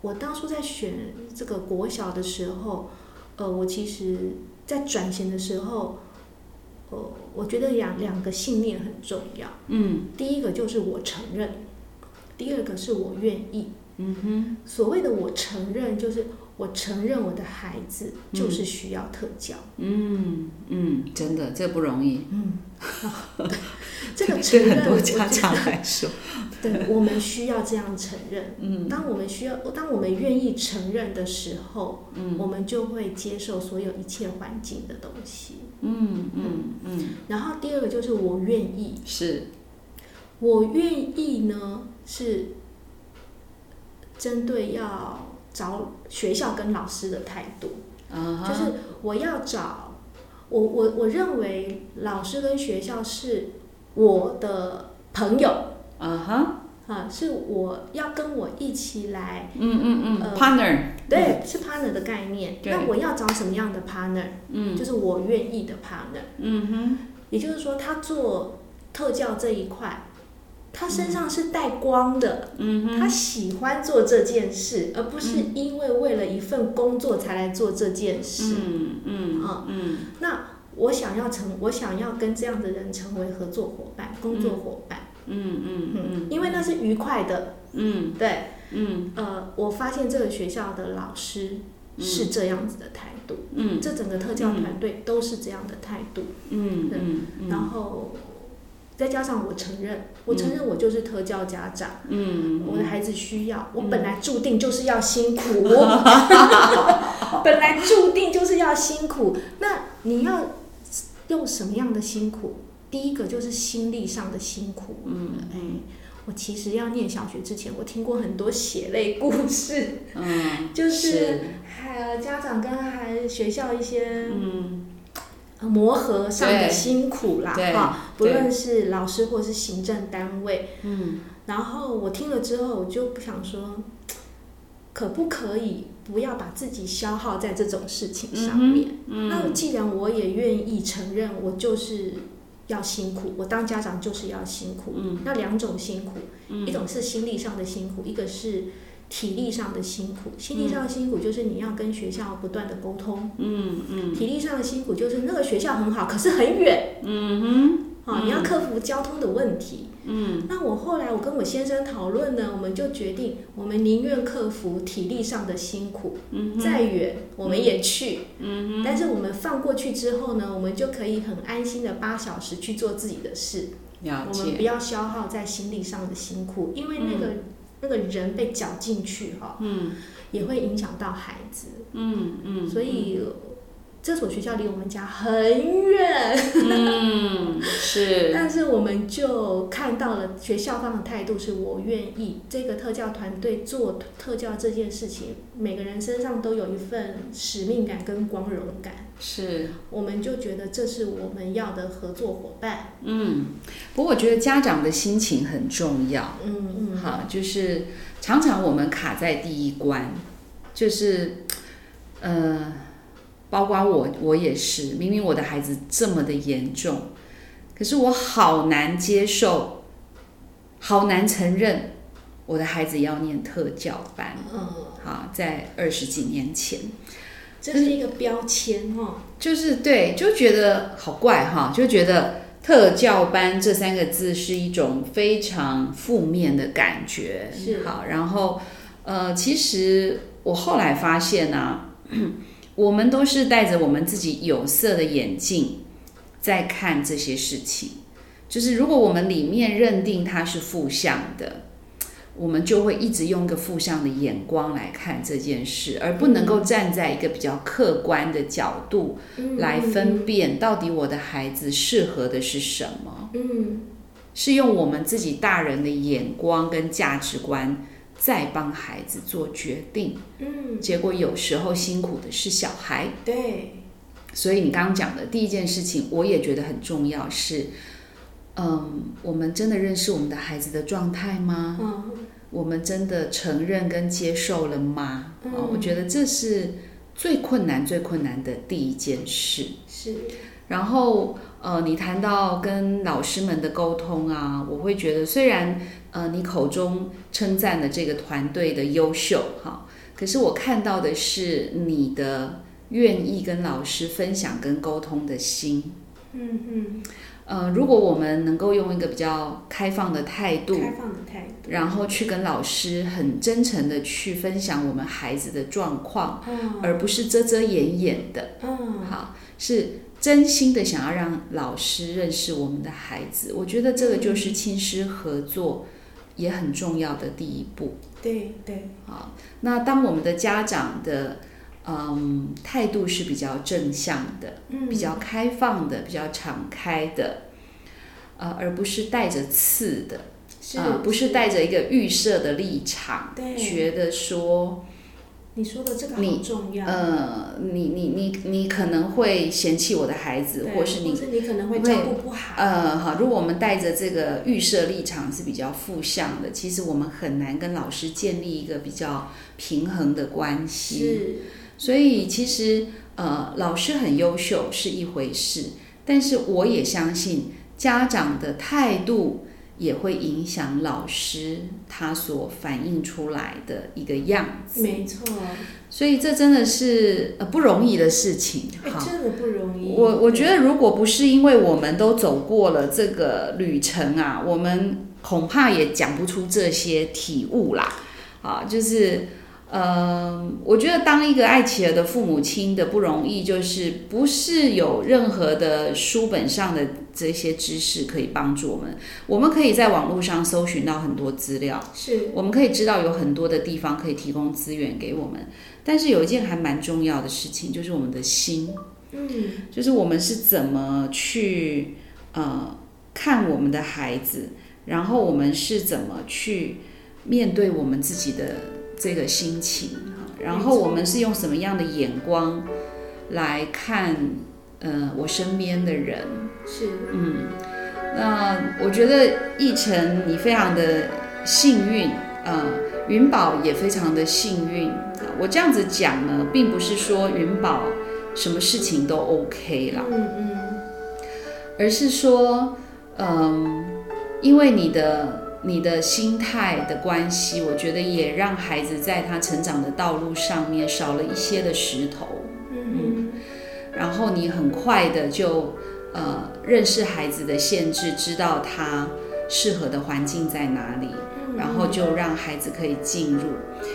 Speaker 2: 我当初在选这个国小的时候，呃，我其实在转型的时候，呃，我觉得两两个信念很重要。嗯，第一个就是我承认，第二个是我愿意。嗯哼，所谓的我承认，就是我承认我的孩子就是需要特教。
Speaker 1: 嗯嗯，真的这不容易，
Speaker 2: 嗯， 这个承
Speaker 1: 对
Speaker 2: 认
Speaker 1: 很多
Speaker 2: 我
Speaker 1: 家
Speaker 2: 觉得
Speaker 1: 长来说，
Speaker 2: 对，我们需要这样承认。嗯，当我们需要，当我们愿意承认的时候，嗯，我们就会接受所有一切环境的东西。
Speaker 1: 嗯嗯嗯，
Speaker 2: 然后第二个就是我愿意，
Speaker 1: 是
Speaker 2: 我愿意呢是针对要找学校跟老师的态度，
Speaker 1: 啊哈，
Speaker 2: 就是我要找我我我认为老师跟学校是我的朋友
Speaker 1: 啊哈，
Speaker 2: 啊，是我要跟我一起来。
Speaker 1: 嗯嗯嗯
Speaker 2: 呃
Speaker 1: ，partner，
Speaker 2: 对，是 partner 的概念。
Speaker 1: 嗯对
Speaker 2: 那我要找什么样的 partner？嗯，就是我愿意的 partner。嗯哼，也就是说，他做特教这一块，他
Speaker 1: 嗯
Speaker 2: 身上是带光的。嗯哼，他喜欢做这件事，而不
Speaker 1: 嗯
Speaker 2: 是因为为了一份工作才来做这件事。
Speaker 1: 嗯嗯
Speaker 2: 啊
Speaker 1: 嗯
Speaker 2: 那我想要成，我想要跟这样的人成为合作伙伴、工作伙伴。
Speaker 1: 嗯嗯
Speaker 2: 嗯，因为那是愉快的。
Speaker 1: 嗯
Speaker 2: 对，
Speaker 1: 嗯
Speaker 2: 呃，我发现这个学校的老师是这样子的态度。
Speaker 1: 嗯
Speaker 2: 这整个特教团队都是这样的态度，
Speaker 1: 嗯嗯
Speaker 2: 然后再加上我承认，我承认我就是特教家长，
Speaker 1: 嗯，
Speaker 2: 我的孩子需要，我本来注定就是要辛 苦， 本来注定就是要辛苦。那你要用什么样的辛苦？第一个就是心力上的辛苦，嗯，哎，我其实要念小学之前，我听过很多血泪故事，
Speaker 1: 嗯，
Speaker 2: 就是是还家长跟孩学校一些
Speaker 1: 嗯
Speaker 2: 呃磨合上的
Speaker 1: 对
Speaker 2: 辛苦啦，啊
Speaker 1: 对
Speaker 2: 哈，不
Speaker 1: 对
Speaker 2: 论是老师或是行政单位，
Speaker 1: 嗯
Speaker 2: 然后我听了之后，我就想说，可不可以不要把自己消耗在这种事情
Speaker 1: 嗯
Speaker 2: 上面？那既然我也愿意承认，我就是要辛苦，我当家长就是要辛苦。
Speaker 1: 嗯
Speaker 2: 那两种辛苦，一种是心理上的辛苦，一个是体力上的辛苦。心理上的辛苦就是你要跟学校不断的沟通，
Speaker 1: 嗯嗯
Speaker 2: 体力上的辛苦就是那个学校很好，可是很远，
Speaker 1: 嗯
Speaker 2: 啊、你要克服交通的问题。嗯，那我后来我跟我先生讨论呢，我们就决定，我们宁愿克服体力上的辛苦，嗯，再远我们也去，嗯，但是我们放过去之后呢，我们就可以很安心的八小时去做自己的事，
Speaker 1: 哼，了
Speaker 2: 我们
Speaker 1: 解，
Speaker 2: 不要消耗在心理上的辛苦，因为那个、那个人被搅进去哈、
Speaker 1: 嗯
Speaker 2: 也会影响到孩子，
Speaker 1: 嗯嗯，
Speaker 2: 所以。这所学校离我们家很远，
Speaker 1: 嗯是
Speaker 2: 但是我们就看到了学校方的态度是我愿意这个特教团队做特教这件事情，每个人身上都有一份使命感跟光荣感，
Speaker 1: 是，
Speaker 2: 我们就觉得这是我们要的合作伙伴。
Speaker 1: 嗯，不过我觉得家长的心情很重要。
Speaker 2: 嗯嗯，
Speaker 1: 好，就是常常我们卡在第一关，就是呃，包括我，我也是，明明我的孩子这么的严重，可是我好难接受，好难承认我的孩子要念特教班。
Speaker 2: 嗯，
Speaker 1: 好，在二十几年前，
Speaker 2: 这是一个标签哦。
Speaker 1: 就是对，就觉得好怪哈，就觉得特教班这三个字是一种非常负面的感觉。
Speaker 2: 是
Speaker 1: 好，然后呃，其实我后来发现啊， 我们都是带着我们自己有色的眼镜在看这些事情。就是如果我们里面认定它是负向的，我们就会一直用一个负向的眼光来看这件事，而不能够站在一个比较客观的角度
Speaker 2: 嗯
Speaker 1: 来分辨到底我的孩子适合的是什么，
Speaker 2: 嗯，
Speaker 1: 是用我们自己大人的眼光跟价值观在帮孩子做决定。
Speaker 2: 嗯，
Speaker 1: 结果有时候辛苦的是小孩，
Speaker 2: 对，
Speaker 1: 所以你刚刚讲的第一件事情，我也觉得很重要是，嗯，我们真的认识我们的孩子的状态吗？
Speaker 2: 嗯
Speaker 1: 我们真的承认跟接受了吗？
Speaker 2: 嗯
Speaker 1: 哦我觉得这是最困难、最困难的第一件事。
Speaker 2: 是，
Speaker 1: 然后，呃，你谈到跟老师们的沟通啊，我会觉得虽然呃你口中称赞了这个团队的优秀哈，可是我看到的是你的愿意跟老师分享跟沟通的心。
Speaker 2: 嗯
Speaker 1: 呃，如果我们能够用一个比较开放的态
Speaker 2: 嗯，
Speaker 1: 度，
Speaker 2: 开放的态度，
Speaker 1: 然后去跟老师很真诚的去分享我们孩子的状况，
Speaker 2: 嗯
Speaker 1: 而不是遮遮掩掩的，
Speaker 2: 嗯，
Speaker 1: 好，是真心的想要让老师认识我们的孩子。我觉得这个就是
Speaker 2: 嗯
Speaker 1: 亲师合作也很重要的第一步。
Speaker 2: 对对，
Speaker 1: 好，那当我们的家长的嗯态度是比较正向的，
Speaker 2: 嗯，
Speaker 1: 比较开放的，比较敞开的，呃，而不是带着刺的，
Speaker 2: 是
Speaker 1: 啊、不是带着一个预设的立场，
Speaker 2: 对
Speaker 1: 觉得说，
Speaker 2: 你说的这个
Speaker 1: 你
Speaker 2: 好重要，
Speaker 1: 呃，你你你你可能会嫌弃我的孩子，
Speaker 2: 对
Speaker 1: 或是你。
Speaker 2: 或是你可能会照顾不好，
Speaker 1: 呃，好，如果我们带着这个预设立场是比较负向的，其实我们很难跟老师建立一个比较平衡的关系。
Speaker 2: 是
Speaker 1: 所以其实呃，老师很优秀是一回事，但是我也相信家长的态度也会影响老师他所反映出来的一个样子。
Speaker 2: 没错，哎
Speaker 1: 所以这真的是呃不容易的事情。
Speaker 2: 哎，
Speaker 1: 好，
Speaker 2: 真的不容易。
Speaker 1: 我我觉
Speaker 2: 得
Speaker 1: 得，如果不是因为我们都走过了这个旅程啊，我们恐怕也讲不出这些体悟啦。啊，就是，呃，我觉得当一个爱企鹅的父母亲的不容易，就是不是有任何的书本上的这些知识可以帮助我们，我们可以在网络上搜寻到很多资料，
Speaker 2: 是
Speaker 1: 我们可以知道有很多的地方可以提供资源给我们。但是有一件还蛮重要的事情，就是我们的心。
Speaker 2: 嗯，
Speaker 1: 就是我们是怎么去呃看我们的孩子，然后我们是怎么去面对我们自己的这个心情，哈然后我们是用什么样的眼光来看呃我身边的人，
Speaker 2: 是
Speaker 1: 嗯，那我觉得奕晨你非常的幸运，呃，云宝也非常的幸运。呃我这样子讲呢，并不是说云宝什么事情都 OK 啦，
Speaker 2: 嗯
Speaker 1: 而是说，嗯，因为你的你的心态的关系，我觉得也让孩子在他成长的道路上面少了一些的石头。
Speaker 2: 嗯嗯
Speaker 1: 然后你很快的就呃认识孩子的限制，知道他适合的环境在哪里，
Speaker 2: 嗯，
Speaker 1: 然后就让孩子可以进入。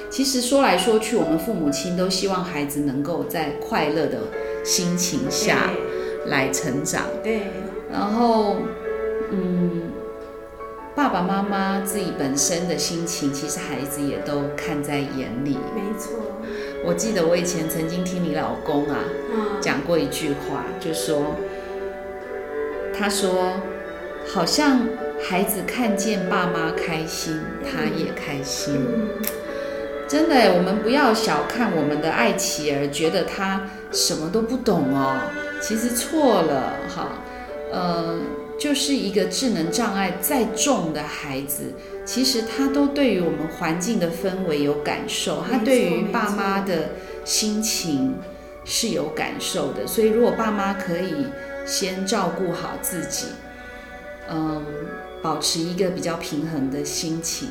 Speaker 1: 其实说来说去，我们父母亲都希望孩子能够在快乐的心情下来成长。
Speaker 2: 对对
Speaker 1: 然后，嗯，爸爸妈妈自己本身的心情，其实孩子也都看在眼里。
Speaker 2: 没错
Speaker 1: 我记得我以前曾经听你老公啊，
Speaker 2: 啊，
Speaker 1: 讲过一句话，就说，他说，好像孩子看见爸妈开心，他也开心。
Speaker 2: 嗯
Speaker 1: 真的耶，我们不要小看我们的爱琪儿，觉得他什么都不懂哦，其实错了哈。呃，就是一个智能障碍再重的孩子，其实他都对于我们环境的氛围有感受，他
Speaker 2: 没错
Speaker 1: 对于爸妈的心情是有感受的。所以，如果爸妈可以先照顾好自己，嗯，保持一个比较平衡的心情，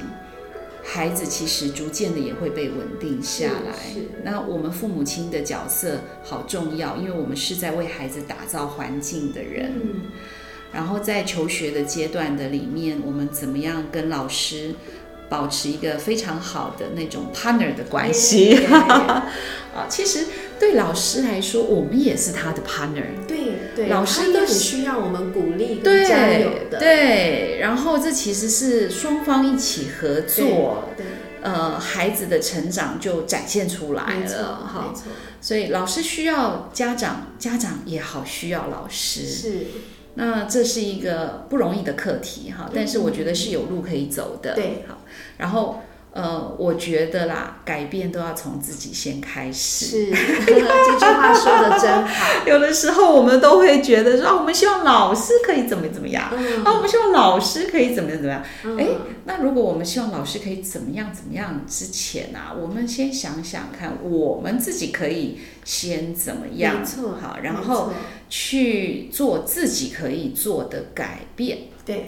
Speaker 1: 孩子其实逐渐的也会被稳定下来。
Speaker 2: 是是
Speaker 1: 那我们父母亲的角色好重要，因为我们是在为孩子打造环境的人。
Speaker 2: 嗯
Speaker 1: 然后在求学的阶段的里面，我们怎么样跟老师保持一个非常好的那种 partner 的关系？
Speaker 2: 耶
Speaker 1: 啊，其实对老师来说，我们也是他的 partner。
Speaker 2: 对对，
Speaker 1: 老师
Speaker 2: 他也
Speaker 1: 都
Speaker 2: 很
Speaker 1: 是
Speaker 2: 需要我们鼓励跟加
Speaker 1: 对
Speaker 2: 油的，
Speaker 1: 对，然后这其实是双方一起合作，
Speaker 2: 对，
Speaker 1: 呃，孩子的成长就展现出来
Speaker 2: 没错
Speaker 1: 了哈
Speaker 2: 没。错，
Speaker 1: 所以老师需要家长，家长也好需要老师。
Speaker 2: 是，
Speaker 1: 那这是一个不容易的课题哈
Speaker 2: 嗯，
Speaker 1: 但是我觉得是有路可以走的。
Speaker 2: 对，
Speaker 1: 好，然后呃，我觉得啦，改变都要从自己先开始。
Speaker 2: 是，这句话说的 真 好，
Speaker 1: 有的时候我们都会觉得说，啊，我们希望老师可以怎么怎么样，
Speaker 2: 嗯
Speaker 1: 啊，我们希望老师可以怎么怎么样。
Speaker 2: 嗯
Speaker 1: 哎，那如果我们希望老师可以怎么样怎么样之前啊，我们先想想看，我们自己可以先怎么样？
Speaker 2: 没错
Speaker 1: 好，
Speaker 2: 没
Speaker 1: 然后
Speaker 2: 错
Speaker 1: 去做自己可以做的改变。
Speaker 2: 对，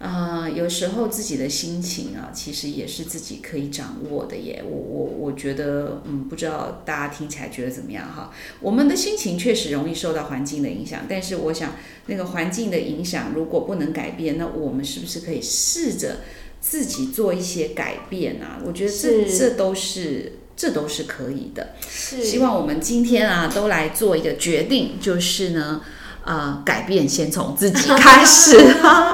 Speaker 1: 呃，有时候自己的心情啊，其实也是自己可以掌握的耶。我我我觉得，嗯，不知道大家听起来觉得怎么样哈？我们的心情确实容易受到环境的影响，但是我想那个环境的影响如果不能改变，那我们是不是可以试着自己做一些改变啊？我觉得这
Speaker 3: 是
Speaker 1: 这都是这都是可以的。
Speaker 3: 是
Speaker 1: 希望我们今天啊，都来做一个决定，就是呢，呃，改变先从自己开始。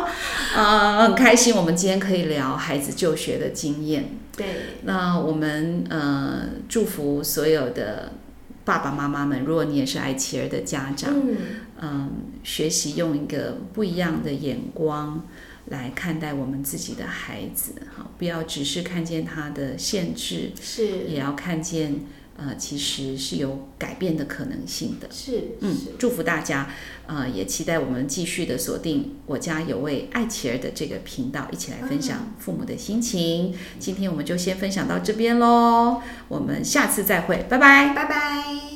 Speaker 1: 呃，很开心，我们今天可以聊孩子就学的经验。
Speaker 3: 对，
Speaker 1: 那我们呃，祝福所有的爸爸妈妈们，如果你也是爱琪儿的家长，
Speaker 2: 嗯，
Speaker 1: 嗯，学习用一个不一样的眼光来看待我们自己的孩子，哈，不要只是看见他的限制，
Speaker 3: 是
Speaker 1: 也要看见，呃，其实是有改变的可能性的。
Speaker 3: 是
Speaker 1: 嗯
Speaker 3: 是，，
Speaker 1: 祝福大家，呃，也期待我们继续的锁定我家有位爱琪儿的这个频道，一起来分享父母的心情。今天我们就先分享到这边喽，我们下次再会，拜拜。
Speaker 3: 拜拜。